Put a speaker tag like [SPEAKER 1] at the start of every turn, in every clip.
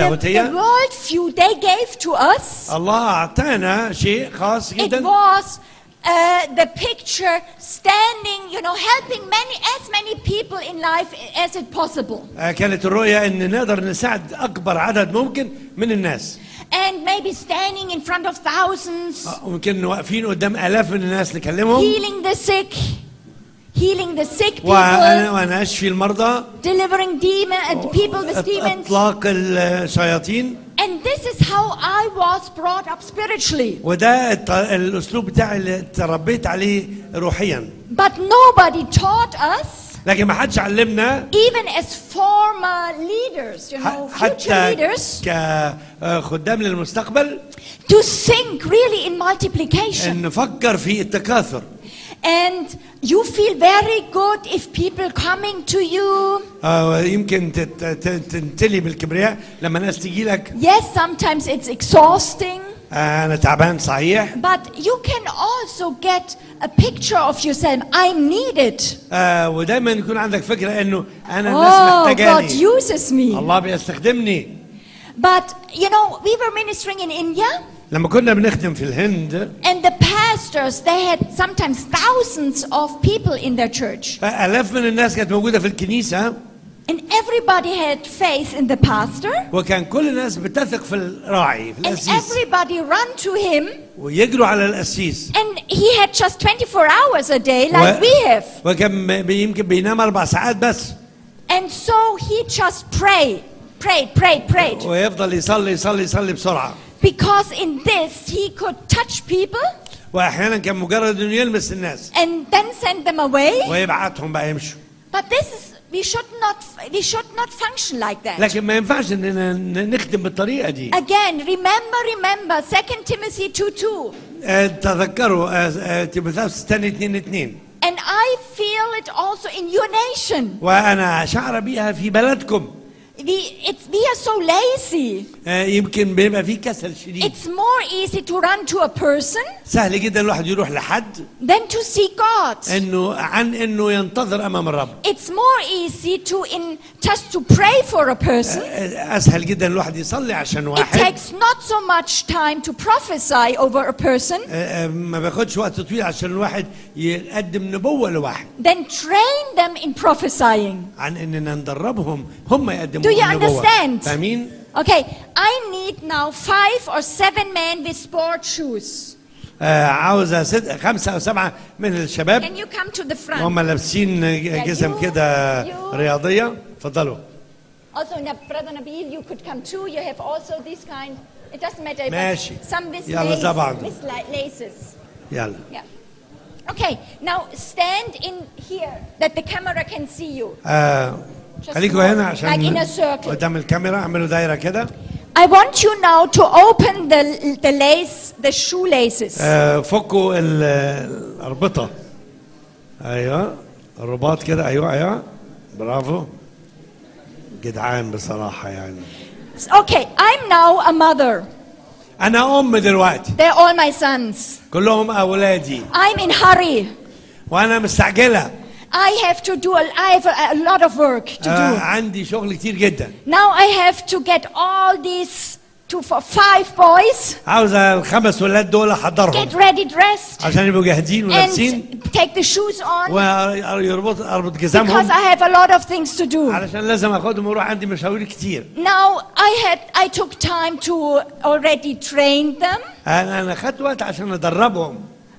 [SPEAKER 1] كانت
[SPEAKER 2] The, the
[SPEAKER 1] هي
[SPEAKER 2] world view they gave to us,
[SPEAKER 1] الله أعطانا شيء خاص
[SPEAKER 2] it
[SPEAKER 1] جدا
[SPEAKER 2] was uh, the picture standing, you know, helping many as many people in life as it possible.
[SPEAKER 1] آه، كانت الرؤية أن نقدر نساعد أكبر عدد ممكن من الناس
[SPEAKER 2] And maybe standing in front of thousands,
[SPEAKER 1] آه، ويمكن واقفين قدام آلاف من الناس نكلمهم
[SPEAKER 2] healing the sick, healing the sick people,
[SPEAKER 1] وأنا وأنا أشفي المرضى
[SPEAKER 2] delivering demon,
[SPEAKER 1] Oh,
[SPEAKER 2] uh, people with demons.
[SPEAKER 1] إطلاق الشياطين
[SPEAKER 2] And this is how I was brought up spiritually.
[SPEAKER 1] وده الت- الأسلوب بتاعي اللي تربيت عليه روحيا
[SPEAKER 2] But nobody taught us,
[SPEAKER 1] لكن ما حدش علمنا
[SPEAKER 2] even as former leaders, you know,
[SPEAKER 1] ح-
[SPEAKER 2] future
[SPEAKER 1] حتى
[SPEAKER 2] leaders,
[SPEAKER 1] كخدام للمستقبل
[SPEAKER 2] to think really in multiplication.
[SPEAKER 1] ان نفكر في التكاثر
[SPEAKER 2] And you feel very good if people coming to you.
[SPEAKER 1] آه، يمكن تت- ت- تنتلي بالكبرياء لما ناس تيجي لك
[SPEAKER 2] Yes, sometimes it's exhausting,
[SPEAKER 1] آه، انا تعبان صحيح
[SPEAKER 2] but you can also get a picture of yourself. I'm needed.
[SPEAKER 1] آه، ودايما يكون عندك فكره انه انا
[SPEAKER 2] Oh,
[SPEAKER 1] الناس
[SPEAKER 2] God
[SPEAKER 1] محتاجاني
[SPEAKER 2] uses me.
[SPEAKER 1] الله بيستخدمني
[SPEAKER 2] But you know, we were ministering in India.
[SPEAKER 1] لما كنا بنخدم في الهند
[SPEAKER 2] And the pastors, they had sometimes thousands of people in their church.
[SPEAKER 1] آلاف من الناس كانت موجوده في الكنيسه
[SPEAKER 2] And everybody had faith in the pastor.
[SPEAKER 1] وكان كل الناس بتثق في الراعي في
[SPEAKER 2] And
[SPEAKER 1] القسيس
[SPEAKER 2] everybody run to him.
[SPEAKER 1] ويجروا على القسيس
[SPEAKER 2] And he had just 24 hours a day, like
[SPEAKER 1] و-
[SPEAKER 2] we have.
[SPEAKER 1] وكان م- يمكن بينام اربع ساعات بس
[SPEAKER 2] And so he just prayed, prayed, prayed, prayed.
[SPEAKER 1] ويفضل يصلي يصلي يصلي بسرعه
[SPEAKER 2] Because in this, he could touch people
[SPEAKER 1] واحيانا كان مجرد انه يلمس الناس
[SPEAKER 2] and then send them away.
[SPEAKER 1] ويبعتهم بقى يمشوا
[SPEAKER 2] But this is, we should not, we should not function like that.
[SPEAKER 1] لكن ما ينفعش اننا ن- نخدم بالطريقه دي
[SPEAKER 2] Again, remember, remember, 2 Timothy 2 2.
[SPEAKER 1] آه، تذكروا آه، آه، تيموثاوس تاني 2 2
[SPEAKER 2] And I feel it also in your nation.
[SPEAKER 1] وانا شعر بيها في بلدكم
[SPEAKER 2] We, it's, we are so lazy.
[SPEAKER 1] آه، يمكن بيبقى في كسل شديد
[SPEAKER 2] It's more easy to run to a person
[SPEAKER 1] سهل جدا الواحد يروح لحد
[SPEAKER 2] than to see God.
[SPEAKER 1] انه عن انه ينتظر امام الرب
[SPEAKER 2] It's more easy to in, just to pray for a person.
[SPEAKER 1] آه، اسهل جدا الواحد يصلي عشان
[SPEAKER 2] It
[SPEAKER 1] واحد
[SPEAKER 2] takes not so much time to prophesy over a person
[SPEAKER 1] آه، آه، ما بياخدش وقت طويل عشان الواحد يقدم نبوه لواحد
[SPEAKER 2] than train them in prophesying.
[SPEAKER 1] عن اننا ندربهم هم يقدموا
[SPEAKER 2] Do you
[SPEAKER 1] النبوه
[SPEAKER 2] understand?
[SPEAKER 1] فاهمين؟
[SPEAKER 2] Okay, I need now five or seven men with sport shoes.
[SPEAKER 1] آه عاوزه ست خمسه او سبعه من الشباب
[SPEAKER 2] Can you come to the front?
[SPEAKER 1] هم لابسين جزم
[SPEAKER 2] you-
[SPEAKER 1] كده
[SPEAKER 2] you-
[SPEAKER 1] رياضيه اتفضلوا
[SPEAKER 2] Also, Na- Brother Nabil, you could come too. You have also these kind. It doesn't matter. but
[SPEAKER 1] ماشي.
[SPEAKER 2] Some with
[SPEAKER 1] يلا
[SPEAKER 2] lace-
[SPEAKER 1] طبعاً.
[SPEAKER 2] with la- laces.
[SPEAKER 1] يلا
[SPEAKER 2] Yeah. Okay. Now stand in here that the camera can see you.
[SPEAKER 1] آه
[SPEAKER 2] Just
[SPEAKER 1] خليكوا هنا
[SPEAKER 2] like
[SPEAKER 1] عشان
[SPEAKER 2] in a circle.
[SPEAKER 1] قدام الكاميرا اعملوا دايره كده
[SPEAKER 2] I want you now to open the the lace, the shoelaces.
[SPEAKER 1] آه فكوا ال- الاربطه ايوه الرباط كده ايوه ايوه برافو جدعان بصراحه يعني
[SPEAKER 2] okay. I'm now a mother.
[SPEAKER 1] انا ام دلوقتي
[SPEAKER 2] They're all my sons.
[SPEAKER 1] كلهم اولادي
[SPEAKER 2] I'm in hurry.
[SPEAKER 1] وانا مستعجله
[SPEAKER 2] I have to do. A, I have a, a lot of work to
[SPEAKER 1] آه
[SPEAKER 2] do.
[SPEAKER 1] عندي شغل كتير جدا
[SPEAKER 2] Now I have to get all these to for five boys.
[SPEAKER 1] عاوز الخمس ولاد دول احضرهم
[SPEAKER 2] Get ready dressed
[SPEAKER 1] عشان يبقوا جاهزين ولابسين
[SPEAKER 2] and take the shoes on
[SPEAKER 1] ويربط اربط
[SPEAKER 2] because I
[SPEAKER 1] جزامهم
[SPEAKER 2] have a lot of things to do.
[SPEAKER 1] علشان لازم اخدهم واروح عندي مشاوير كتير
[SPEAKER 2] Now I had I took time to already train them,
[SPEAKER 1] انا انا خدت وقت عشان ادربهم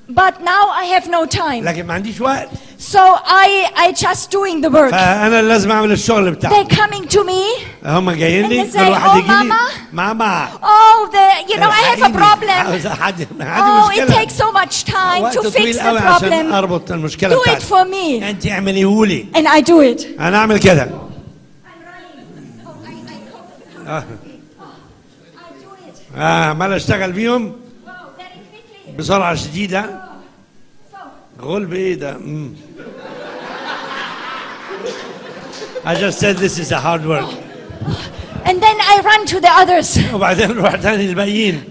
[SPEAKER 2] but now I have no time.
[SPEAKER 1] لكن ما عنديش وقت
[SPEAKER 2] So I I just doing the work.
[SPEAKER 1] فانا اللي لازم اعمل الشغل
[SPEAKER 2] They're
[SPEAKER 1] بتاعهم
[SPEAKER 2] coming to me.
[SPEAKER 1] هم جايين لي
[SPEAKER 2] And they
[SPEAKER 1] كل
[SPEAKER 2] say, "Oh,
[SPEAKER 1] واحد يجي لي
[SPEAKER 2] mama."
[SPEAKER 1] ماما
[SPEAKER 2] Oh, the you know I have a
[SPEAKER 1] الحقيني.
[SPEAKER 2] problem.
[SPEAKER 1] عاوز حد
[SPEAKER 2] Oh,
[SPEAKER 1] عندي
[SPEAKER 2] it
[SPEAKER 1] مشكله
[SPEAKER 2] takes so much time
[SPEAKER 1] وقت
[SPEAKER 2] to fix
[SPEAKER 1] طويل
[SPEAKER 2] the
[SPEAKER 1] قوي عشان
[SPEAKER 2] problem.
[SPEAKER 1] اربط المشكله
[SPEAKER 2] Do it
[SPEAKER 1] بتاعتي
[SPEAKER 2] for me,
[SPEAKER 1] انت اعمليهولي
[SPEAKER 2] and I do it.
[SPEAKER 1] انا اعمل كده آه، عمال اشتغل بيهم بسرعه شديده غلب ايه ده؟ مم. I just said this is a hard work
[SPEAKER 2] And then I run to the others,
[SPEAKER 1] وبعدين روح تاني الباقيين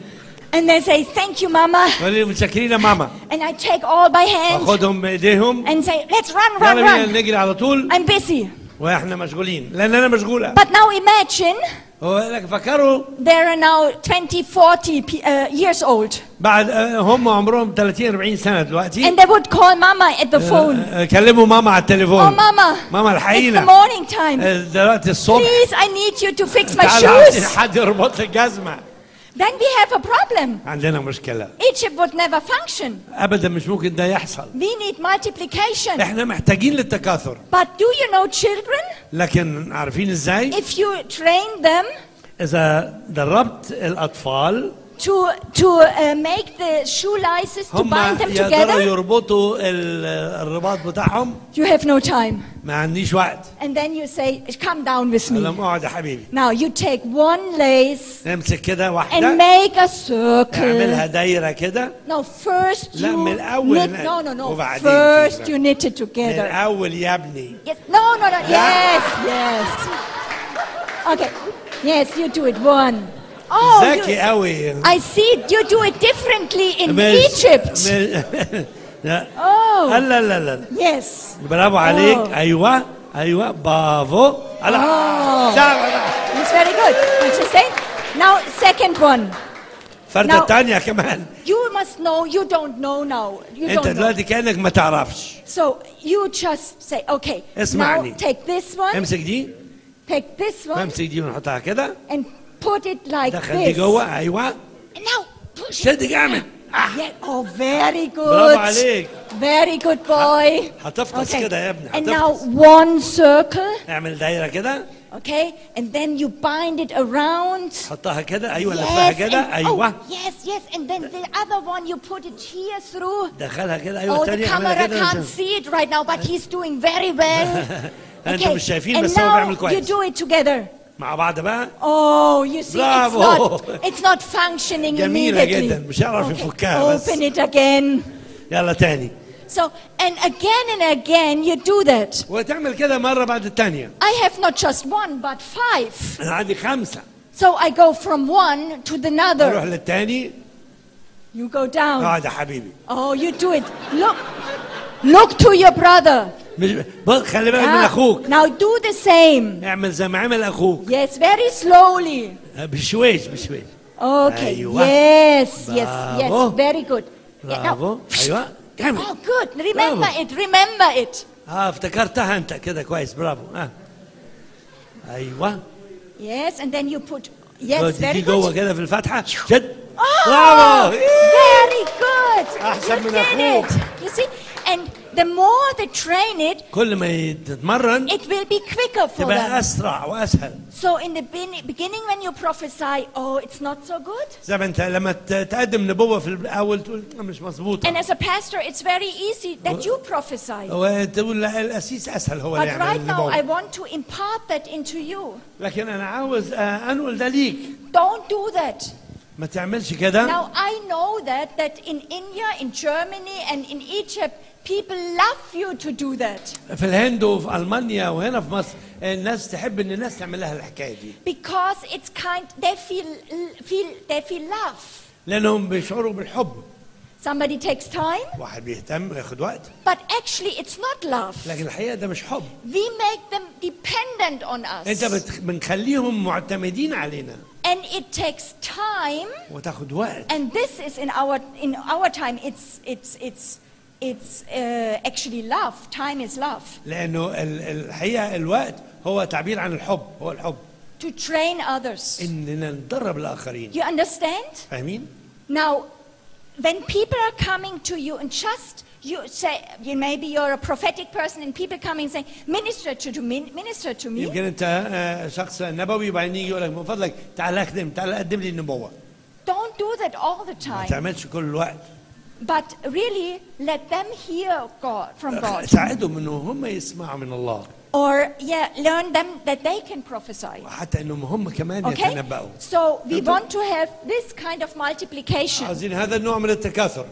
[SPEAKER 2] and they say, "Thank you, Mama."
[SPEAKER 1] قال لي متشكرين يا ماما
[SPEAKER 2] And I take all by hand
[SPEAKER 1] واخدهم بايديهم
[SPEAKER 2] and say, let's run,
[SPEAKER 1] يلا
[SPEAKER 2] run,
[SPEAKER 1] بينا
[SPEAKER 2] run.
[SPEAKER 1] نجري على طول
[SPEAKER 2] I'm busy.
[SPEAKER 1] واحنا مشغولين لان انا مشغوله
[SPEAKER 2] But now imagine
[SPEAKER 1] هو قال لك فكروا
[SPEAKER 2] They are now 20, 40 pe- uh, years old.
[SPEAKER 1] بعد آه، هم عمرهم 30 40 سنة دلوقتي
[SPEAKER 2] And they would call mama at the phone.
[SPEAKER 1] آه، كلموا ماما على التليفون
[SPEAKER 2] Oh, Uh, mama. Uh,
[SPEAKER 1] ماما
[SPEAKER 2] It's the
[SPEAKER 1] الحقينا
[SPEAKER 2] morning time.
[SPEAKER 1] آه، دلوقتي الصبح
[SPEAKER 2] Please, I need you to fix my
[SPEAKER 1] تعالى عاوزين
[SPEAKER 2] shoes.
[SPEAKER 1] حد يربط لي جزمة
[SPEAKER 2] Then we have a problem.
[SPEAKER 1] عندنا مشكلة
[SPEAKER 2] Egypt would never function.
[SPEAKER 1] أبدا مش ممكن ده يحصل
[SPEAKER 2] We need multiplication.
[SPEAKER 1] احنا محتاجين للتكاثر
[SPEAKER 2] But do you know children?
[SPEAKER 1] لكن عارفين ازاي
[SPEAKER 2] If you train them
[SPEAKER 1] اذا دربت الاطفال
[SPEAKER 2] to to uh, make the shoe laces to
[SPEAKER 1] هم
[SPEAKER 2] bind them
[SPEAKER 1] يقدروا
[SPEAKER 2] together,
[SPEAKER 1] يربطوا ال- الرباط بتاعهم
[SPEAKER 2] you have no time.
[SPEAKER 1] ما عنديش وقت
[SPEAKER 2] And then you say, "Come down with
[SPEAKER 1] قال
[SPEAKER 2] me."
[SPEAKER 1] لهم اقعد يا حبيبي
[SPEAKER 2] Now you take one lace
[SPEAKER 1] امسك كده
[SPEAKER 2] and
[SPEAKER 1] واحده
[SPEAKER 2] make a
[SPEAKER 1] اعملها
[SPEAKER 2] circle.
[SPEAKER 1] دايره كده
[SPEAKER 2] No, first
[SPEAKER 1] لا،
[SPEAKER 2] you
[SPEAKER 1] من الأول
[SPEAKER 2] knit.
[SPEAKER 1] نقل.
[SPEAKER 2] No, no, no.
[SPEAKER 1] وبعدين
[SPEAKER 2] First
[SPEAKER 1] تفرق.
[SPEAKER 2] you knit it
[SPEAKER 1] من
[SPEAKER 2] together.
[SPEAKER 1] الاول يا ابني
[SPEAKER 2] Yes. No, no, no. Yes, yes. Okay. Yes, you do it one. Oh,
[SPEAKER 1] ذكي
[SPEAKER 2] you,
[SPEAKER 1] قوي
[SPEAKER 2] I see. You do it differently in
[SPEAKER 1] مش-
[SPEAKER 2] Egypt.
[SPEAKER 1] مش- لا
[SPEAKER 2] Oh,
[SPEAKER 1] لا لا لا لا.
[SPEAKER 2] yes.
[SPEAKER 1] برافو عليك ايوه ايوه برافو على
[SPEAKER 2] آه.
[SPEAKER 1] شاف-
[SPEAKER 2] It's very good. What you say? Now, second one.
[SPEAKER 1] فرده
[SPEAKER 2] Now-
[SPEAKER 1] تانية كمان
[SPEAKER 2] You must know. You don't know now. You
[SPEAKER 1] انت
[SPEAKER 2] don't know.
[SPEAKER 1] دلوقتي كانك ما تعرفش
[SPEAKER 2] So you just say, okay. Now
[SPEAKER 1] اسمعني.
[SPEAKER 2] take this one.
[SPEAKER 1] امسك دي
[SPEAKER 2] Take this one
[SPEAKER 1] امسك دي ونحطها كده
[SPEAKER 2] and put it like
[SPEAKER 1] دخل دي
[SPEAKER 2] this.
[SPEAKER 1] جوه ايوه
[SPEAKER 2] And now push it.
[SPEAKER 1] شد جامد
[SPEAKER 2] Yeah. Oh, very
[SPEAKER 1] برافو
[SPEAKER 2] good.
[SPEAKER 1] عليك
[SPEAKER 2] Very good boy.
[SPEAKER 1] هتفطس كده يا ابني
[SPEAKER 2] And now
[SPEAKER 1] هتفطس
[SPEAKER 2] one circle,
[SPEAKER 1] اعمل دايره كده
[SPEAKER 2] okay? And then you bind it around.
[SPEAKER 1] حطها كده ايوه لفها
[SPEAKER 2] Yes.
[SPEAKER 1] كده
[SPEAKER 2] and-
[SPEAKER 1] ايوه
[SPEAKER 2] oh, yes, yes. And then the other one, you put it here through.
[SPEAKER 1] دخلها كده
[SPEAKER 2] Oh,
[SPEAKER 1] ايوه
[SPEAKER 2] the
[SPEAKER 1] تاني
[SPEAKER 2] camera
[SPEAKER 1] اعملها
[SPEAKER 2] can't
[SPEAKER 1] كده
[SPEAKER 2] see it right now, but he's doing very well.
[SPEAKER 1] انتوا مش شايفين
[SPEAKER 2] And
[SPEAKER 1] بس هو
[SPEAKER 2] now
[SPEAKER 1] بيعمل
[SPEAKER 2] you
[SPEAKER 1] كويس
[SPEAKER 2] do it together.
[SPEAKER 1] مع بعض بقى
[SPEAKER 2] Oh, you see, it's
[SPEAKER 1] Bravo.
[SPEAKER 2] not, it's not functioning
[SPEAKER 1] جميلة
[SPEAKER 2] immediately.
[SPEAKER 1] جدا، مش هيعرف
[SPEAKER 2] Okay,
[SPEAKER 1] يفكها بس.
[SPEAKER 2] Open it again.
[SPEAKER 1] يلا تاني
[SPEAKER 2] So, and again and again, you do that.
[SPEAKER 1] وتعمل كده مره بعد التانيه
[SPEAKER 2] I have not just one, but five.
[SPEAKER 1] انا عندي خمسه
[SPEAKER 2] So I go from one to the
[SPEAKER 1] اروح
[SPEAKER 2] another.
[SPEAKER 1] للتاني
[SPEAKER 2] Oh. You go down.
[SPEAKER 1] اقعد يا حبيبي
[SPEAKER 2] Oh, you do it. Look. Look to your brother.
[SPEAKER 1] مش بص خلي بالك من
[SPEAKER 2] Ah,
[SPEAKER 1] اخوك
[SPEAKER 2] Now do the same.
[SPEAKER 1] اعمل زي ما عمل اخوك
[SPEAKER 2] Yes, very slowly.
[SPEAKER 1] آه، بشويش بشويش
[SPEAKER 2] Okay.
[SPEAKER 1] أيوة.
[SPEAKER 2] Yes, yes, yes.
[SPEAKER 1] Bravo.
[SPEAKER 2] Very good. Yeah, now-
[SPEAKER 1] برافو ايوه كمل
[SPEAKER 2] Oh, good. Remember
[SPEAKER 1] Bravo.
[SPEAKER 2] it. Remember it.
[SPEAKER 1] اه افتكرتها انت كده كويس برافو اه ايوه
[SPEAKER 2] Yes, and then you put. Yes,
[SPEAKER 1] دي
[SPEAKER 2] very
[SPEAKER 1] دي جوه
[SPEAKER 2] good.
[SPEAKER 1] كده في الفتحه شد
[SPEAKER 2] Oh,
[SPEAKER 1] برافو
[SPEAKER 2] very good.
[SPEAKER 1] أحسن
[SPEAKER 2] You
[SPEAKER 1] من
[SPEAKER 2] did
[SPEAKER 1] أخوك.
[SPEAKER 2] it. You see, and the more they train it,
[SPEAKER 1] كل ما يتمرن
[SPEAKER 2] it will be quicker for
[SPEAKER 1] تبقى
[SPEAKER 2] them.
[SPEAKER 1] اسرع واسهل
[SPEAKER 2] So in the be- beginning, when you prophesy, oh, it's not so good.
[SPEAKER 1] زي ما انت لما ت- تقدم نبوه في الاول تقول "آه، مش مظبوطه
[SPEAKER 2] And as a pastor, it's very easy that you prophesy.
[SPEAKER 1] oh, وتقول لا الاسيس اسهل هو اللي
[SPEAKER 2] But
[SPEAKER 1] يعمل
[SPEAKER 2] right now, I
[SPEAKER 1] النبوه
[SPEAKER 2] want to impart that into you.
[SPEAKER 1] لكن انا عاوز آه، انقل ده ليك
[SPEAKER 2] Don't do that.
[SPEAKER 1] ما تعملش كده
[SPEAKER 2] Now I know that that in India, in Germany, and in Egypt, people love you to do that
[SPEAKER 1] في الهند وفي المانيا وهنا في مصر الناس تحب ان الناس تعمل لها الحكايه دي
[SPEAKER 2] because it's kind. They feel feel they feel love.
[SPEAKER 1] لانهم بيشعروا بالحب
[SPEAKER 2] Somebody takes time,
[SPEAKER 1] واحد بيهتم وياخد وقت
[SPEAKER 2] but actually, it's not love.
[SPEAKER 1] لكن الحقيقه ده مش حب
[SPEAKER 2] We make them dependent on us.
[SPEAKER 1] انت بت- بنخليهم معتمدين علينا
[SPEAKER 2] And it takes time,
[SPEAKER 1] وتاخد وقت
[SPEAKER 2] and this is in our in our time. It's it's it's it's uh, actually love. Time is love.
[SPEAKER 1] لانه ال- الحقيقه الوقت هو تعبير عن الحب هو الحب
[SPEAKER 2] To train others.
[SPEAKER 1] اننا ندرب الاخرين
[SPEAKER 2] You understand?
[SPEAKER 1] فاهمين
[SPEAKER 2] Now, when people are coming to you and just you say you maybe you're a prophetic person, and people coming and saying, "Minister to to min- minister to me."
[SPEAKER 1] يمكن انت آه، شخص نبوي وبعدين يجي يقول لك من فضلك تعال اخدم تعال قدم لي النبوه
[SPEAKER 2] Don't do that all the
[SPEAKER 1] ما
[SPEAKER 2] time.
[SPEAKER 1] تعملش كل الوقت
[SPEAKER 2] But really, let them hear God from God,
[SPEAKER 1] ساعدهم ان هم يسمعوا من الله
[SPEAKER 2] or yeah, learn them that they can prophesy.
[SPEAKER 1] وحتى انهم هم كمان
[SPEAKER 2] Okay?
[SPEAKER 1] يتنبؤوا
[SPEAKER 2] So we
[SPEAKER 1] Bitte?
[SPEAKER 2] want to have this kind of multiplication.
[SPEAKER 1] عاوزين هذا النوع من التكاثر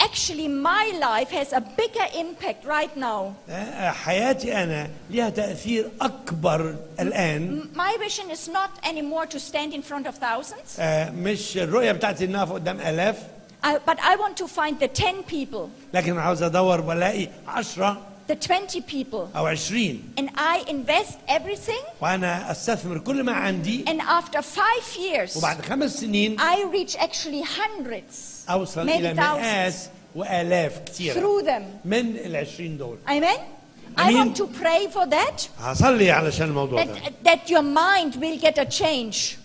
[SPEAKER 2] Actually, my life has a bigger impact right now.
[SPEAKER 1] آه، آه، حياتي انا ليها تاثير اكبر الان
[SPEAKER 2] M- My vision is not anymore to stand in front of thousands,
[SPEAKER 1] آه، مش الرؤيه بتاعتي اني اقف قدام الاف
[SPEAKER 2] I, but I want to find the 10 people
[SPEAKER 1] لكن عاوز ادور والاقي عشرة
[SPEAKER 2] the 20 people
[SPEAKER 1] أو عشرين
[SPEAKER 2] and I invest everything.
[SPEAKER 1] وأنا أستثمر كل ما عندي
[SPEAKER 2] And after five years,
[SPEAKER 1] وبعد خمس سنين
[SPEAKER 2] I reach actually hundreds,
[SPEAKER 1] أوصل إلى
[SPEAKER 2] maybe
[SPEAKER 1] مئات
[SPEAKER 2] thousands
[SPEAKER 1] وآلاف كثيرة
[SPEAKER 2] through them.
[SPEAKER 1] من العشرين دول
[SPEAKER 2] Amen? I
[SPEAKER 1] Amen.
[SPEAKER 2] want to pray for that,
[SPEAKER 1] هصلي علشان الموضوع ده
[SPEAKER 2] that, that your mind will get a change.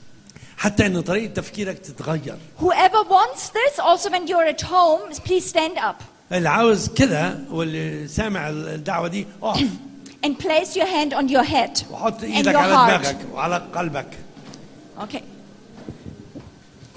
[SPEAKER 1] حتى أن طريقة تفكيرك تتغير
[SPEAKER 2] Whoever wants this, also when you're at home, please stand up
[SPEAKER 1] اللي عاوز كده واللي سامع الدعوة دي أقف
[SPEAKER 2] and place your hand on your head
[SPEAKER 1] وحط
[SPEAKER 2] and
[SPEAKER 1] إيدك
[SPEAKER 2] your
[SPEAKER 1] على
[SPEAKER 2] heart.
[SPEAKER 1] دماغك وعلى قلبك
[SPEAKER 2] Okay.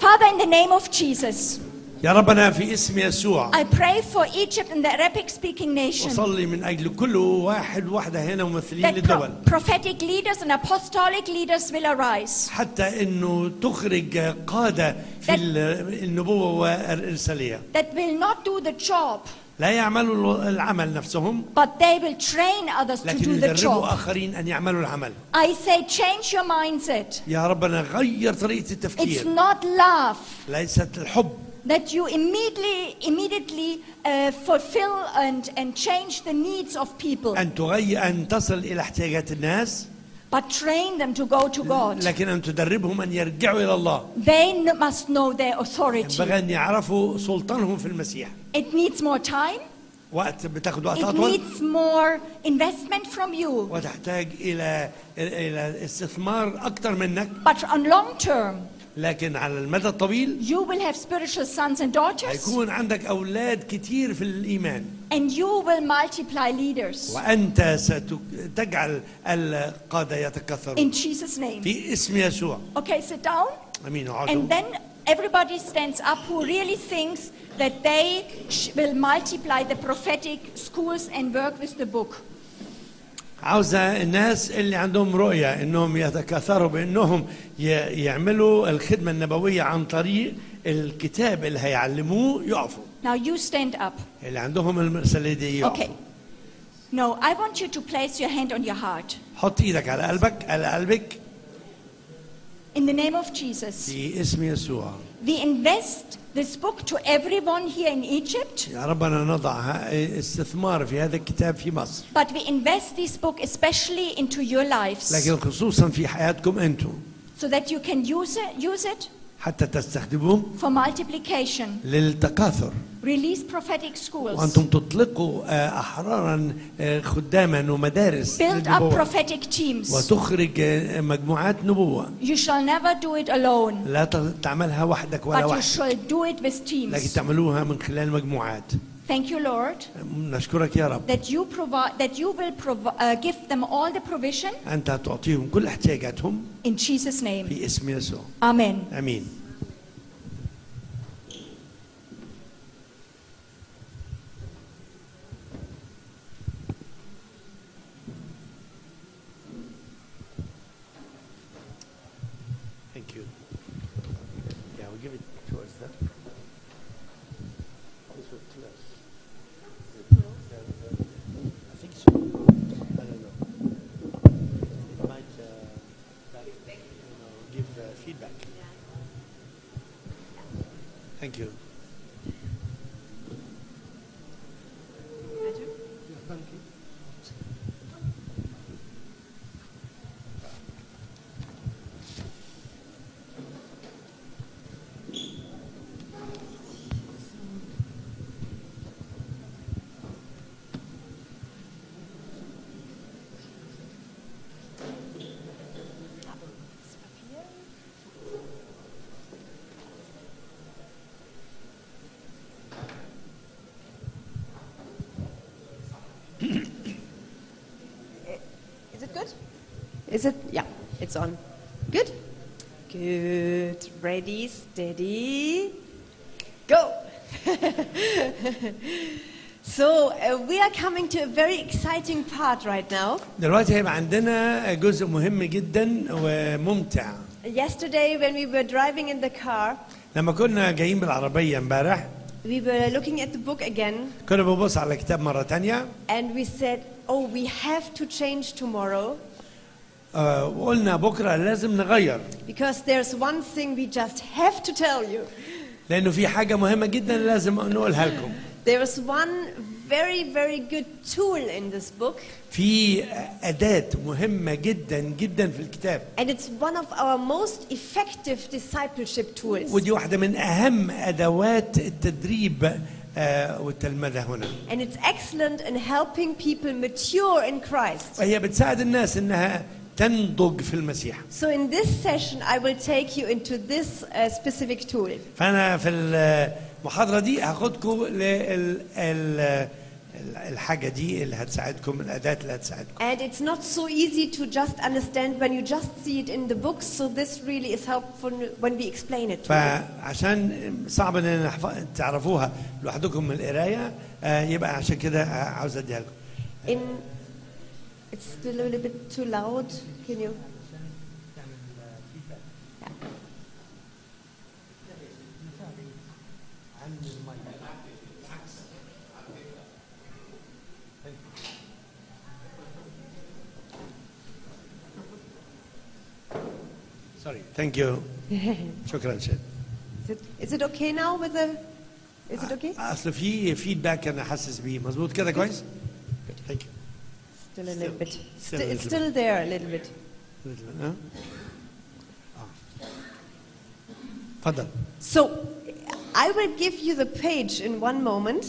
[SPEAKER 2] Father, in the name of Jesus,
[SPEAKER 1] يا ربنا في اسم يسوع
[SPEAKER 2] I pray for Egypt and the Arabic speaking nation.
[SPEAKER 1] وصلي من أجل كل واحد وحدة هنا ممثلين
[SPEAKER 2] that pro-
[SPEAKER 1] للدول
[SPEAKER 2] prophetic leaders and apostolic leaders will arise.
[SPEAKER 1] حتى انه تخرج قاده في ال- النبوه والارساليه
[SPEAKER 2] That will not do the job,
[SPEAKER 1] لا يعملوا العمل نفسهم
[SPEAKER 2] but they will train others to
[SPEAKER 1] لكن
[SPEAKER 2] do the
[SPEAKER 1] يدربوا
[SPEAKER 2] job.
[SPEAKER 1] اخرين ان يعملوا العمل
[SPEAKER 2] I say, change your mindset.
[SPEAKER 1] يا ربنا غير طريقه
[SPEAKER 2] It's
[SPEAKER 1] التفكير
[SPEAKER 2] not love
[SPEAKER 1] ليست الحب
[SPEAKER 2] that you immediately, immediately uh, fulfill and, and change the needs of people,
[SPEAKER 1] ان تغير ان تصل الى احتياجات الناس
[SPEAKER 2] but train them to go to God.
[SPEAKER 1] لكن ان تدربهم ان يرجعوا الى الله
[SPEAKER 2] They kn- must know their authority.
[SPEAKER 1] ينبغي ان يعرفوا سلطانهم في المسيح
[SPEAKER 2] It needs more time.
[SPEAKER 1] وقت بتاخد وقت
[SPEAKER 2] It
[SPEAKER 1] اطول
[SPEAKER 2] needs more investment from you.
[SPEAKER 1] وتحتاج الى الى استثمار اكثر منك
[SPEAKER 2] But on long term,
[SPEAKER 1] لكن على المدى الطويل
[SPEAKER 2] You will have spiritual sons and daughters,
[SPEAKER 1] هيكون عندك اولاد كتير في الايمان
[SPEAKER 2] and you will multiply leaders.
[SPEAKER 1] وانت ستجعل القاده يتكثروا
[SPEAKER 2] In Jesus' name.
[SPEAKER 1] في اسم يسوع
[SPEAKER 2] Okay, sit down,
[SPEAKER 1] امين
[SPEAKER 2] and
[SPEAKER 1] اقعدوا
[SPEAKER 2] then everybody stands up who really thinks that they sh- will multiply the prophetic schools and work with the book.
[SPEAKER 1] عاوزه الناس اللي عندهم رؤيه انهم يتكاثروا بانهم ي- يعملوا الخدمه النبويه عن طريق الكتاب اللي هيعلموه يقفوا
[SPEAKER 2] Now you stand up.
[SPEAKER 1] اللي عندهم المرسله دي
[SPEAKER 2] Okay.
[SPEAKER 1] يقفوا
[SPEAKER 2] No, I want you to place your hand on your heart.
[SPEAKER 1] حط ايدك على قلبك على قلبك
[SPEAKER 2] In the name of Jesus,
[SPEAKER 1] في اسم يسوع
[SPEAKER 2] we invest this book to everyone here in Egypt,
[SPEAKER 1] يا ربنا نضع ه- استثمار في هذا الكتاب في مصر
[SPEAKER 2] but we invest this book especially into your lives.
[SPEAKER 1] لكن خصوصا في حياتكم انتم
[SPEAKER 2] so that you can use it, use it
[SPEAKER 1] حتى تستخدموه
[SPEAKER 2] for multiplication.
[SPEAKER 1] للتكاثر
[SPEAKER 2] Release prophetic schools.
[SPEAKER 1] وانتم تطلقوا آه، احرارا آه، خداما ومدارس
[SPEAKER 2] Build up
[SPEAKER 1] للنبوة
[SPEAKER 2] prophetic teams.
[SPEAKER 1] وتخرج آه، مجموعات نبوة
[SPEAKER 2] You shall never do it alone,
[SPEAKER 1] لا ت- تعملها وحدك ولا
[SPEAKER 2] but you
[SPEAKER 1] وحدك
[SPEAKER 2] shall do it with
[SPEAKER 1] لكن
[SPEAKER 2] teams.
[SPEAKER 1] تعملوها من خلال مجموعات
[SPEAKER 2] Thank you, Lord,
[SPEAKER 1] نشكرك يا رب
[SPEAKER 2] that you provide that you will provi- uh, give them all the provision
[SPEAKER 1] أنت تعطيهم كل احتياجاتهم
[SPEAKER 2] in Jesus' name.
[SPEAKER 1] في اسم يسوع
[SPEAKER 2] Amen.
[SPEAKER 1] أمين Thank you. Yeah, we'll give it towards them. This was close. I think so. I don't know. It might, uh, that, you know, give uh, feedback. Thank you.
[SPEAKER 3] Is it good? Is it? Yeah, it's on. Good? Good. Ready, steady, go! so, uh, we are coming to a very exciting part right now.
[SPEAKER 1] دلوقتي هيبقى عندنا جزء مهم جدا وممتع
[SPEAKER 3] Yesterday, when we were driving in the car,
[SPEAKER 1] لما كنا جايين بالعربية امبارح
[SPEAKER 3] we were looking at the book again
[SPEAKER 1] كنا بنبص على كتاب مرة تانية
[SPEAKER 3] and we said, Oh, we have to change tomorrow
[SPEAKER 1] آه، وقلنا بكرة لازم نغير
[SPEAKER 3] because there's one thing we just have to tell you.
[SPEAKER 1] لأنه في حاجة مهمة جدا لازم نقولها لكم
[SPEAKER 3] There is one very, very good tool in this book,
[SPEAKER 1] في أداة مهمة جدا جدا في الكتاب
[SPEAKER 3] and it's one of our most effective discipleship tools.
[SPEAKER 1] ودي واحدة من أهم أدوات التدريب آه، والتلمذة هنا
[SPEAKER 3] And it's excellent in helping people mature in Christ.
[SPEAKER 1] وهي بتساعد الناس إنها تنضج في المسيح
[SPEAKER 3] So, in this session, I will take you into this uh, specific tool.
[SPEAKER 1] فأنا في المحاضرة دي هاخدكم للحاجة دي اللي هتساعدكم الأداة اللي هتساعدكم
[SPEAKER 3] And it's not so easy to just understand when you just see it in the books, so this really is helpful when we explain it. to you.
[SPEAKER 1] فعشان صعب ان نحف- تعرفوها لوحدكم من القرايه آه، يبقى عشان كده آه، عاوز اديها لكم
[SPEAKER 3] In, it's still a little bit too loud. Can you?
[SPEAKER 1] سوري ثانك يو شكرا شد
[SPEAKER 3] Is it, is it okay now with the? Is it okay?
[SPEAKER 1] اصل في فيدباك انا حاسس بيه مظبوط كده كويس ثانك يو
[SPEAKER 3] Still a little bit.
[SPEAKER 1] Still a
[SPEAKER 3] Still, it's
[SPEAKER 1] little
[SPEAKER 3] still there a little bit.
[SPEAKER 1] ها؟ آه. اتفضل
[SPEAKER 3] So, I will give you the page in one moment.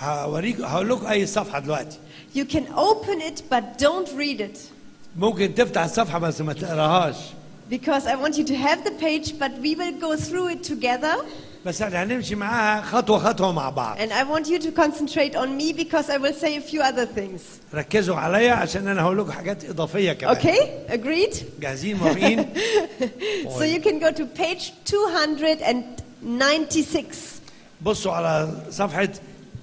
[SPEAKER 1] هوريكم هقول لكم اي صفحه دلوقتي
[SPEAKER 3] You can open it, but don't read it,
[SPEAKER 1] ممكن تفتح الصفحه بس ما تقراهاش
[SPEAKER 3] because I want you to have the page. But we will go through it together.
[SPEAKER 1] بس احنا هنمشي معاها خطوه خطوه مع بعض
[SPEAKER 3] And I want you to concentrate on me because I will say a few other things.
[SPEAKER 1] ركزوا عليا عشان انا هقول لكم حاجات اضافيه كمان
[SPEAKER 3] Okay? Agreed?
[SPEAKER 1] جاهزين موافقين
[SPEAKER 3] So you can go to page 296.
[SPEAKER 1] بصوا على صفحه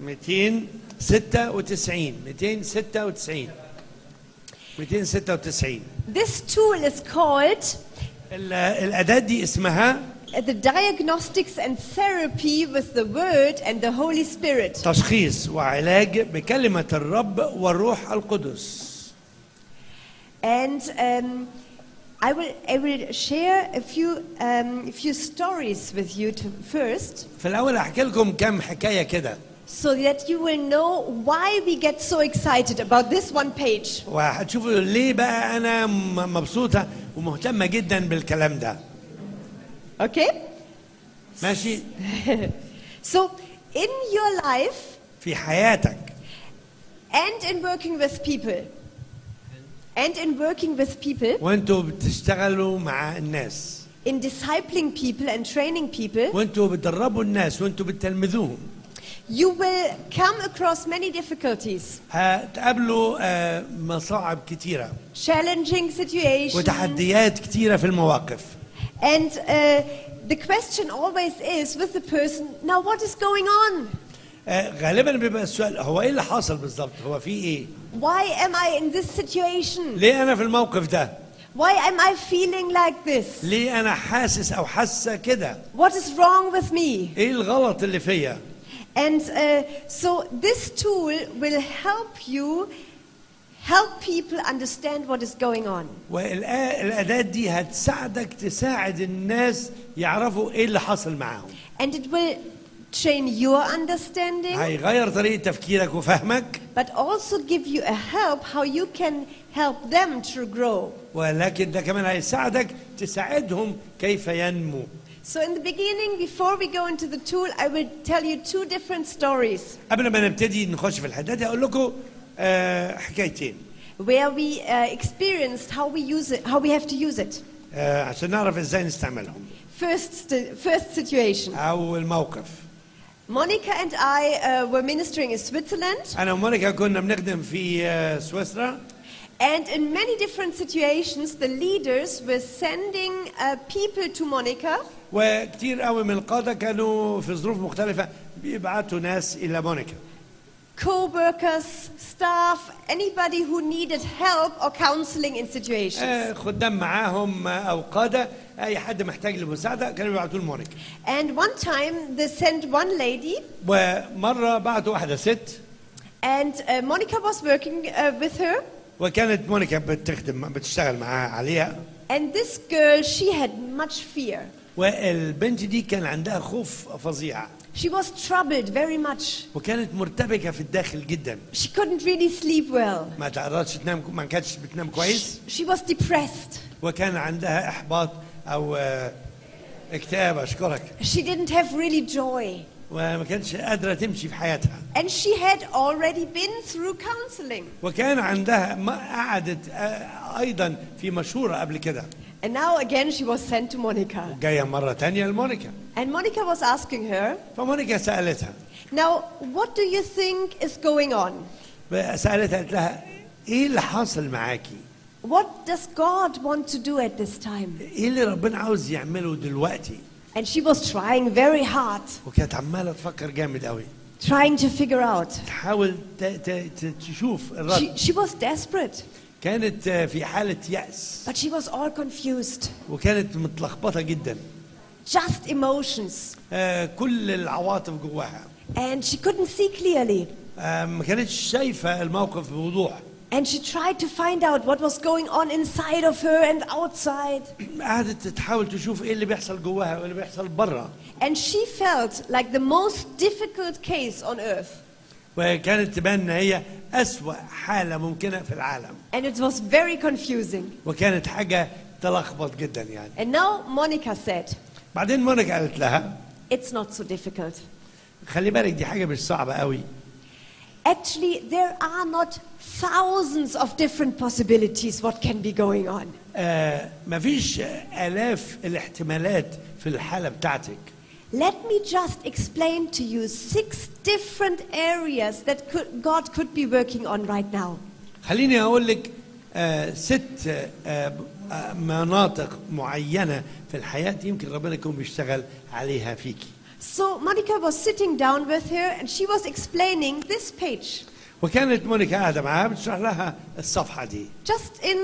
[SPEAKER 1] 296 296 296
[SPEAKER 3] This tool is called
[SPEAKER 1] ال- الاداه دي اسمها
[SPEAKER 3] uh, the Diagnostics and Therapy with the Word and the Holy Spirit.
[SPEAKER 1] تشخيص وعلاج بكلمه الرب والروح القدس
[SPEAKER 3] And um, I, will, I will share a few, um, a few stories with you to first
[SPEAKER 1] في الاول هحكي لكم كام حكايه كده
[SPEAKER 3] so that you will know why we get so excited about this one page.
[SPEAKER 1] وهتشوفوا ليه بقى انا م- مبسوطه ومهتمه جدا بالكلام ده
[SPEAKER 3] Okay?
[SPEAKER 1] ماشي
[SPEAKER 3] So, in your life
[SPEAKER 1] في حياتك
[SPEAKER 3] and in working with people, and in working with people,
[SPEAKER 1] وانتوا بتشتغلوا مع الناس
[SPEAKER 3] in discipling people and training people,
[SPEAKER 1] وانتوا بتدربوا الناس وانتوا بتلمذوهم
[SPEAKER 3] you will come across many difficulties,
[SPEAKER 1] هتقابلوا آه، مصاعب كتيرة
[SPEAKER 3] challenging situations.
[SPEAKER 1] وتحديات كتيرة في المواقف
[SPEAKER 3] And uh, the question always is with the person, now what is going on?
[SPEAKER 1] آه، غالبا بيبقى السؤال هو ايه اللي حاصل بالظبط هو في ايه
[SPEAKER 3] Why am I in this situation?
[SPEAKER 1] ليه انا في الموقف ده
[SPEAKER 3] Why am I feeling like this?
[SPEAKER 1] ليه انا حاسس او حاسه كده
[SPEAKER 3] What is wrong with me?
[SPEAKER 1] ايه الغلط اللي فيا
[SPEAKER 3] And uh, so this tool will help you help people understand what is going on.
[SPEAKER 1] والاداه دي هتساعدك تساعد الناس يعرفوا ايه اللي حصل معاهم
[SPEAKER 3] And it will train your understanding,
[SPEAKER 1] هيغير طريقه تفكيرك وفهمك
[SPEAKER 3] but also give you a help how you can help them to grow.
[SPEAKER 1] ولكن ده كمان هيساعدك تساعدهم كيف ينمو
[SPEAKER 3] So, in the beginning, before we go into the tool, I will tell you two different stories
[SPEAKER 1] قبل ما نبتدي نخش في الحته دي اقول لكم آه، حكايتين
[SPEAKER 3] where we uh, experienced how we use it, how we have to use it.
[SPEAKER 1] آه، عشان نعرف ازاي نستعملهم
[SPEAKER 3] First, st- first situation.
[SPEAKER 1] او الموقف
[SPEAKER 3] Monica and I uh, were ministering in Switzerland,
[SPEAKER 1] انا ومونيكا كنا بنخدم في آه، سويسرا
[SPEAKER 3] and in many different situations, the leaders were sending uh, people to Monica
[SPEAKER 1] وكتير قوي من القاده كانوا في ظروف مختلفه بيبعتوا ناس الى مونيكا
[SPEAKER 3] co workers, staff, anybody who needed help or counseling in situations.
[SPEAKER 1] آه، خدام معاهم آه، او قاده اي حد محتاج لمساعده كانوا بيبعتوا لمونيكا
[SPEAKER 3] and one time, they sent one lady.
[SPEAKER 1] ومره بعتوا واحده ست
[SPEAKER 3] And uh, Monica was working uh, with her,
[SPEAKER 1] وكانت مونيكا بتخدم بتشتغل معاها عليها
[SPEAKER 3] and this girl, she had much fear.
[SPEAKER 1] والبنت دي كان عندها خوف فظيع
[SPEAKER 3] She was troubled very much.
[SPEAKER 1] وكانت مرتبكه في الداخل جدا
[SPEAKER 3] She couldn't really sleep well.
[SPEAKER 1] ما تعرفش تنام ما كانتش بتنام كويس
[SPEAKER 3] She was depressed.
[SPEAKER 1] وكان عندها احباط او آه، اكتئاب اشكرك
[SPEAKER 3] She didn't have really joy.
[SPEAKER 1] وما كانتش قادره تمشي في حياتها
[SPEAKER 3] And she had already been through counseling.
[SPEAKER 1] وكان عندها ما قعدت آه، ايضا في مشهوره قبل كده
[SPEAKER 3] And now again she was sent to Monica.
[SPEAKER 1] جايه مره تانية لمونيكا
[SPEAKER 3] And Monica was asking her,
[SPEAKER 1] فمونيكا سالتها
[SPEAKER 3] Now, what do you think is going on?
[SPEAKER 1] سالتها قالت لها ايه اللي حاصل معاكي
[SPEAKER 3] What does God want to do at this time?
[SPEAKER 1] ايه اللي ربنا عاوز يعمله دلوقتي
[SPEAKER 3] And she was trying very hard,
[SPEAKER 1] وكانت عماله تفكر جامد قوي
[SPEAKER 3] trying to figure out.
[SPEAKER 1] تحاول ت- ت- ت- تشوف الرد
[SPEAKER 3] She, she was desperate,
[SPEAKER 1] كانت آه، في حاله ياس
[SPEAKER 3] but she was all confused.
[SPEAKER 1] وكانت متلخبطه جدا
[SPEAKER 3] Just emotions.
[SPEAKER 1] آه، كل العواطف جواها
[SPEAKER 3] And she couldn't see clearly.
[SPEAKER 1] آه، ما كانتش شايفه الموقف بوضوح
[SPEAKER 3] And she tried to find out what was going on inside of her and outside.
[SPEAKER 1] قعدت تحاول تشوف ايه اللي بيحصل جواها وايه اللي بيحصل بره
[SPEAKER 3] And she felt like the most difficult case on earth.
[SPEAKER 1] وكانت تبان ان هي اسوا حاله ممكنه في العالم
[SPEAKER 3] And it was very confusing.
[SPEAKER 1] وكانت حاجه تلخبط جدا يعني
[SPEAKER 3] And now Monica said,
[SPEAKER 1] بعدين مونيكا قالت لها
[SPEAKER 3] It's not so difficult.
[SPEAKER 1] خلي بالك دي حاجه مش صعبه قوي
[SPEAKER 3] Actually, there are not thousands of different possibilities what can be going on.
[SPEAKER 1] آه مفيش الاف الاحتمالات في الحاله بتاعتك
[SPEAKER 3] Let me just explain to you six different areas that could, God could be working on right now.
[SPEAKER 1] خليني اقول لك آه ست آه آه، مناطق معينه في الحياه يمكن ربنا يكون بيشتغل عليها فيكي
[SPEAKER 3] So Monica was sitting down with her and she was explaining this page
[SPEAKER 1] وكانت مونيكا قاعده معاها بتشرح لها الصفحه دي
[SPEAKER 3] just in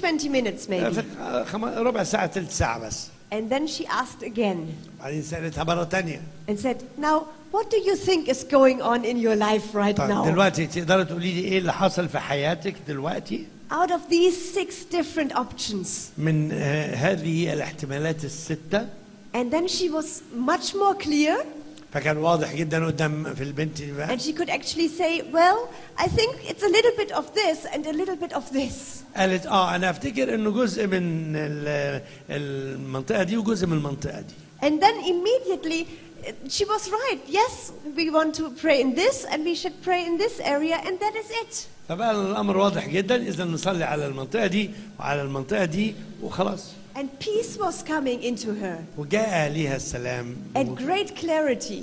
[SPEAKER 3] 15, 20 minutes
[SPEAKER 1] آه،
[SPEAKER 3] maybe.
[SPEAKER 1] في آه، خم- ربع ساعه ثلث ساعه بس
[SPEAKER 3] And then she asked again
[SPEAKER 1] بعدين سالتها مره تانية
[SPEAKER 3] and said, Now, what do you think is going on in your life right
[SPEAKER 1] طيب
[SPEAKER 3] now?
[SPEAKER 1] دلوقتي تقدري تقولي لي ايه اللي حصل في حياتك دلوقتي
[SPEAKER 3] Out of these six different options.
[SPEAKER 1] من آه، هذه الاحتمالات السته
[SPEAKER 3] And then she was much more clear
[SPEAKER 1] فكان واضح جدا قدام في البنت دي بقى
[SPEAKER 3] and she could actually say, Well, I think it's a little bit of this and a little bit of this.
[SPEAKER 1] قالت اه انا افتكر انه جزء من ال- المنطقه دي وجزء من المنطقه دي
[SPEAKER 3] And then immediately eh, she was right. Yes, we want to pray in this and we should pray in this area and that is it.
[SPEAKER 1] فبقى الامر واضح جدا اذا نصلي على المنطقه دي وعلى المنطقه دي وخلاص
[SPEAKER 3] And peace was coming into her
[SPEAKER 1] وجاء ليها السلام
[SPEAKER 3] and great clarity.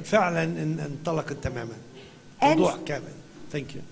[SPEAKER 1] وفعلا ان- انطلقت تماما
[SPEAKER 3] And-
[SPEAKER 1] موضوع كامل ثانك يو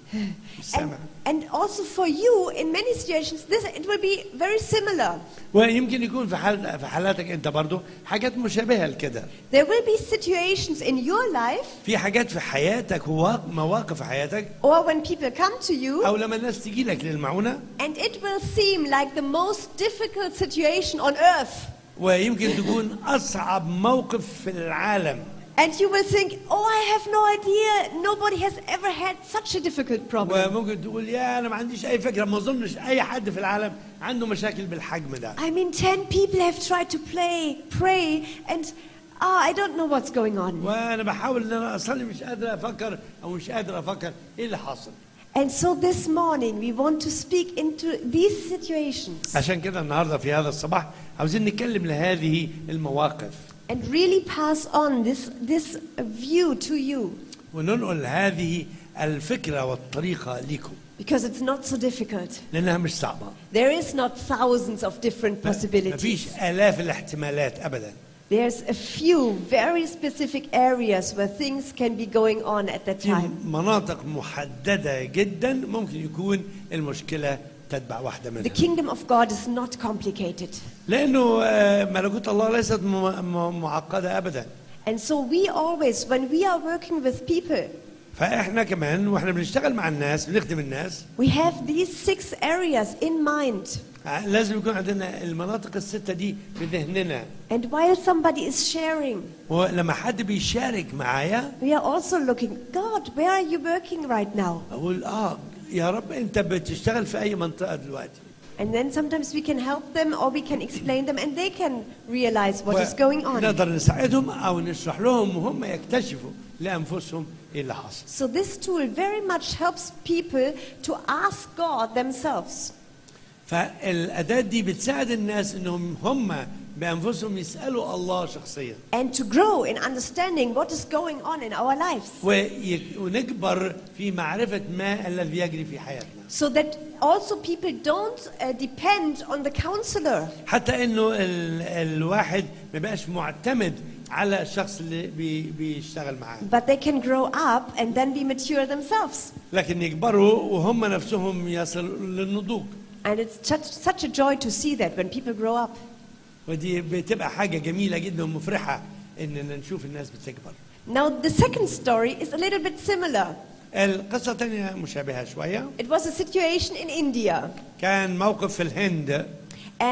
[SPEAKER 3] And, and also for you, in many situations, this it will be very similar.
[SPEAKER 1] ويمكن يكون في حال في حالاتك انت برضو حاجات مشابهه لكده
[SPEAKER 3] There will be situations in your life
[SPEAKER 1] في حاجات في حياتك ومواقف في حياتك
[SPEAKER 3] or when people come to you
[SPEAKER 1] او لما الناس تيجي لك للمعونه
[SPEAKER 3] And it will seem like the most difficult situation on earth.
[SPEAKER 1] ويمكن تكون اصعب موقف في العالم
[SPEAKER 3] And you will think, oh, I have no idea. Nobody has ever had such a difficult problem.
[SPEAKER 1] وممكن تقول يا انا ما عنديش اي فكره ما اظنش اي حد في العالم عنده مشاكل بالحجم ده
[SPEAKER 3] I mean, 10 people have tried to play, pray, and ah, I don't know what's going on.
[SPEAKER 1] وانا بحاول ان انا اصلا مش قادر افكر او مش قادر افكر ايه اللي حصل
[SPEAKER 3] And so this morning, we want to speak into these situations
[SPEAKER 1] عشان كده النهارده في هذا الصباح عاوزين نتكلم لهذه المواقف
[SPEAKER 3] and really pass on this, this view to you
[SPEAKER 1] وننقل هذه الفكره والطريقه ليكم
[SPEAKER 3] because it's not so difficult.
[SPEAKER 1] لانها مش صعبه
[SPEAKER 3] There is not thousands of different possibilities.
[SPEAKER 1] مفيش الاف الاحتمالات ابدا
[SPEAKER 3] There's a few very specific areas where things can be going on at that
[SPEAKER 1] في
[SPEAKER 3] time.
[SPEAKER 1] مناطق محدده جدا ممكن يكون المشكله تتبع واحده منها
[SPEAKER 3] The kingdom of God is not complicated.
[SPEAKER 1] لانه آه، ملكوت الله ليست م- م- معقده ابدا
[SPEAKER 3] And so we always, when we are working with people,
[SPEAKER 1] فاحنا كمان واحنا بنشتغل مع الناس بنخدم الناس
[SPEAKER 3] we have these six areas in mind.
[SPEAKER 1] آه، لازم يكون عندنا المناطق السته دي في ذهننا
[SPEAKER 3] And while somebody is sharing,
[SPEAKER 1] ولما حد بيشارك معايا
[SPEAKER 3] we are also looking, God, where
[SPEAKER 1] آه،
[SPEAKER 3] are you working right now?
[SPEAKER 1] اقول اه يا رب انت بتشتغل في اي منطقه دلوقتي
[SPEAKER 3] And then sometimes we can help them or we can explain them and they can realize what is going on.
[SPEAKER 1] نقدر نساعدهم أو نشرح لهم وهم يكتشفوا لأنفسهم إيه اللي حصل
[SPEAKER 3] So this tool very much helps people to ask God themselves.
[SPEAKER 1] فالأداة دي بتساعد الناس إنهم هم بأنفسهم يسألوا الله شخصيا
[SPEAKER 3] and to grow in understanding what is going on in our lives
[SPEAKER 1] وي- ونكبر في معرفة ما الذي يجري في حياتنا
[SPEAKER 3] so that also people don't uh, depend on the counselor
[SPEAKER 1] حتى انه ال... الواحد ما بقاش معتمد على الشخص اللي بي... بيشتغل معاه
[SPEAKER 3] but they can grow up and then be mature themselves
[SPEAKER 1] لكن يكبروا وهم نفسهم يصلوا للنضوج
[SPEAKER 3] and it's such, such a joy to see that when people grow up
[SPEAKER 1] ودي بتبقى حاجة جميلة جدا ومفرحة اننا نشوف الناس بتكبر
[SPEAKER 3] now the second story is a little bit similar
[SPEAKER 1] القصة تانية مشابهة شوية
[SPEAKER 3] it was a situation in india
[SPEAKER 1] كان موقف في الهند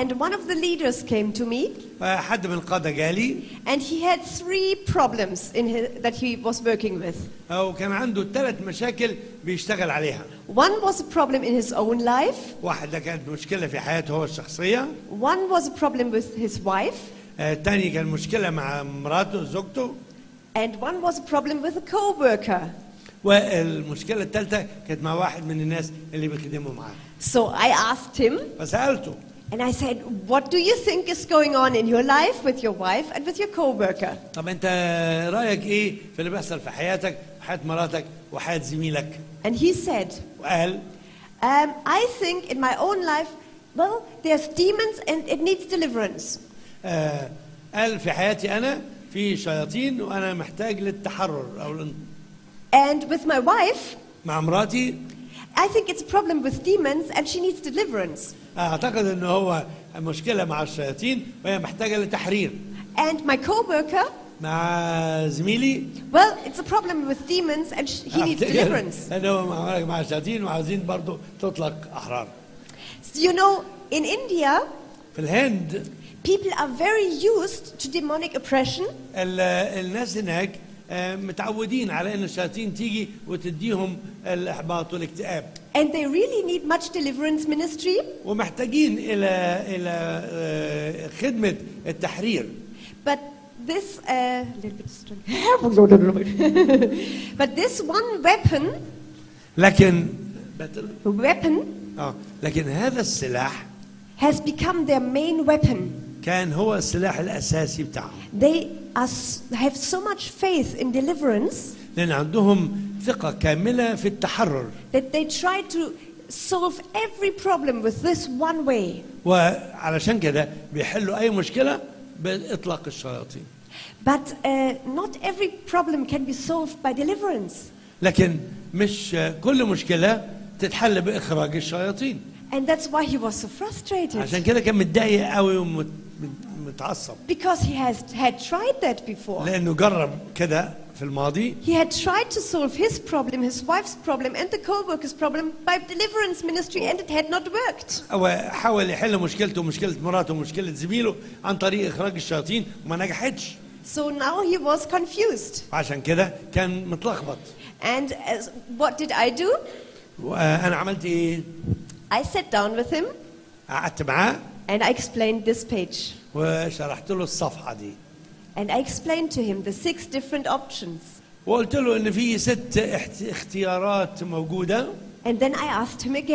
[SPEAKER 3] and one of the leaders came to me
[SPEAKER 1] حد من القادة جالي
[SPEAKER 3] and he had three problems in his, that he was working with
[SPEAKER 1] آه، وكان عنده ثلاث مشاكل بيشتغل عليها
[SPEAKER 3] one was a problem in his own life
[SPEAKER 1] واحدة كانت مشكلة في حياته هو الشخصية
[SPEAKER 3] one was a problem with his wife
[SPEAKER 1] الثاني كان مشكلة مع مراته زوجته
[SPEAKER 3] And one was a problem with a coworker.
[SPEAKER 1] والمشكلة الثالثة كانت مع واحد من الناس اللي بيخدموا معاه
[SPEAKER 3] So I asked him
[SPEAKER 1] فسألته
[SPEAKER 3] and I said, What do you think is going on in your life with your wife and with your coworker?
[SPEAKER 1] طب انت رأيك ايه في اللي بيحصل في حياتك وحياة مراتك وحياة زميلك
[SPEAKER 3] And he said,
[SPEAKER 1] وقال
[SPEAKER 3] um, I think in my own life, well, there's demons and it needs deliverance.
[SPEAKER 1] آه قال في حياتي انا في شياطين وانا محتاج للتحرر او لل-
[SPEAKER 3] And with my wife,
[SPEAKER 1] مع مراتي
[SPEAKER 3] I think it's a problem with demons and she needs deliverance.
[SPEAKER 1] اعتقد ان هو مشكلة مع الشياطين وهي محتاجة لتحرير
[SPEAKER 3] And my coworker,
[SPEAKER 1] مع زميلي
[SPEAKER 3] well, it's a problem with demons and sh- he needs
[SPEAKER 1] أعتقد
[SPEAKER 3] deliverance.
[SPEAKER 1] ان هو مع مع الشياطين وعايزين برضه تطلق احرار
[SPEAKER 3] So, you know, in India,
[SPEAKER 1] في الهند
[SPEAKER 3] people are very used to demonic oppression.
[SPEAKER 1] ال- الناس هناك آه، متعودين على ان الشياطين تيجي وتديهم الاحباط والاكتئاب
[SPEAKER 3] And they really need much deliverance ministry,
[SPEAKER 1] ومحتاجين الى الى آه، خدمه التحرير
[SPEAKER 3] but this uh, little bit Oh, strange. but this one weapon,
[SPEAKER 1] لكن
[SPEAKER 3] weapon
[SPEAKER 1] اه لكن هذا السلاح
[SPEAKER 3] has become their main weapon.
[SPEAKER 1] كان هو السلاح الاساسي بتاعهم
[SPEAKER 3] They are, s- have so much faith in deliverance
[SPEAKER 1] لان عندهم ثقه كامله في التحرر
[SPEAKER 3] that they try to solve every problem with this one way.
[SPEAKER 1] وعلشان كده بيحلوا اي مشكله باطلاق الشياطين
[SPEAKER 3] But uh, not every problem can be solved by deliverance.
[SPEAKER 1] لكن مش آه، كل مشكله تتحل باخراج الشياطين
[SPEAKER 3] And that's why he was so frustrated.
[SPEAKER 1] عشان كده كان متضايق قوي ومتعصب
[SPEAKER 3] Because he has had tried that before.
[SPEAKER 1] لانه جرب كده في الماضي
[SPEAKER 3] He had tried to solve his problem, his wife's problem, and the co worker's problem by deliverance ministry, and it had not worked.
[SPEAKER 1] هو حاول يحل مشكلته ومشكله مراته ومشكله زميله عن طريق اخراج الشياطين وما نجحتش
[SPEAKER 3] So now he was confused.
[SPEAKER 1] عشان كده كان متلخبط
[SPEAKER 3] And as, what did I do?
[SPEAKER 1] وانا عملت ايه
[SPEAKER 3] I sat down with him
[SPEAKER 1] قعدت معاه
[SPEAKER 3] and I explained this page.
[SPEAKER 1] وشرحت له الصفحه دي
[SPEAKER 3] And I explained to him the six different options.
[SPEAKER 1] وقلت له ان في ست احت- اختيارات موجوده
[SPEAKER 3] And then I asked him